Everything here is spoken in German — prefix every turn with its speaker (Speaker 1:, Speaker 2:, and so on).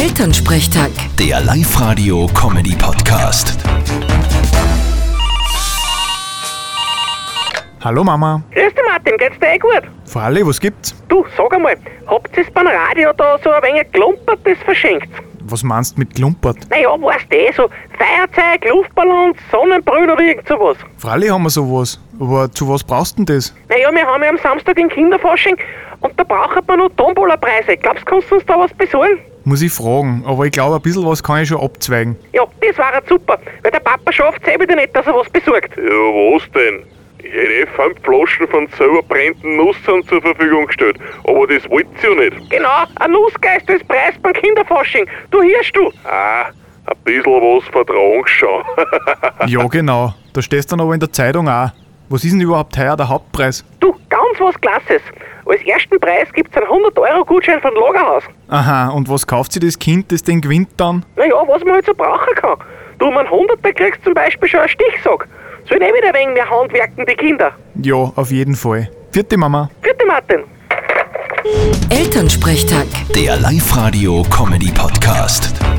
Speaker 1: Elternsprechtag.
Speaker 2: Der Live-Radio-Comedy-Podcast.
Speaker 3: Hallo Mama.
Speaker 4: Grüß dich Martin, geht's dir eh gut?
Speaker 3: Fralli, was gibt's?
Speaker 4: Du, sag einmal, habt ihr's beim Radio da so ein wenig Klumpertes verschenkt?
Speaker 3: Was meinst mit Klumpert?
Speaker 4: Naja, weißt eh, so Feuerzeug, Luftballons, Sonnenbrühen oder irgend sowas.
Speaker 3: Fralli haben wir sowas. Aber zu was brauchst denn das?
Speaker 4: Naja, wir haben ja am Samstag den Kinderfasching und da brauchen wir noch Tombola-Preise. Glaubst du, kannst du uns da was besorgen?
Speaker 3: Muss ich fragen, aber ich glaube, ein bisschen was kann ich schon abzweigen.
Speaker 4: Ja, das wäre super, weil der Papa schafft's eh wieder nicht, dass er was besorgt.
Speaker 5: Ja, was denn? Ich hätte eh fünf Flaschen von selber brennenden Nussern zur Verfügung gestellt, aber das wollt ihr ja nicht.
Speaker 4: Genau, ein Nussgeist ist Preis beim Kinderfasching. Du hörst du.
Speaker 5: Ah, ein bisschen was Vertrauen schon.
Speaker 3: Ja, genau. Da stehst dann aber in der Zeitung auch. Was ist denn überhaupt heuer der Hauptpreis?
Speaker 4: Du, ganz was Klasses. Als ersten Preis gibt's einen 100-Euro-Gutschein von Lagerhaus.
Speaker 3: Aha, und was kauft sich das Kind, das den gewinnt dann?
Speaker 4: Naja, was man halt so brauchen kann. Du, um einen Hunderter kriegst zum Beispiel schon einen Stichsack. Sollen eh wieder wegen mehr handwerken die Kinder.
Speaker 3: Ja, auf jeden Fall. Vierte Mama.
Speaker 4: Vierte Martin.
Speaker 1: Elternsprechtag.
Speaker 2: Der Live-Radio-Comedy-Podcast.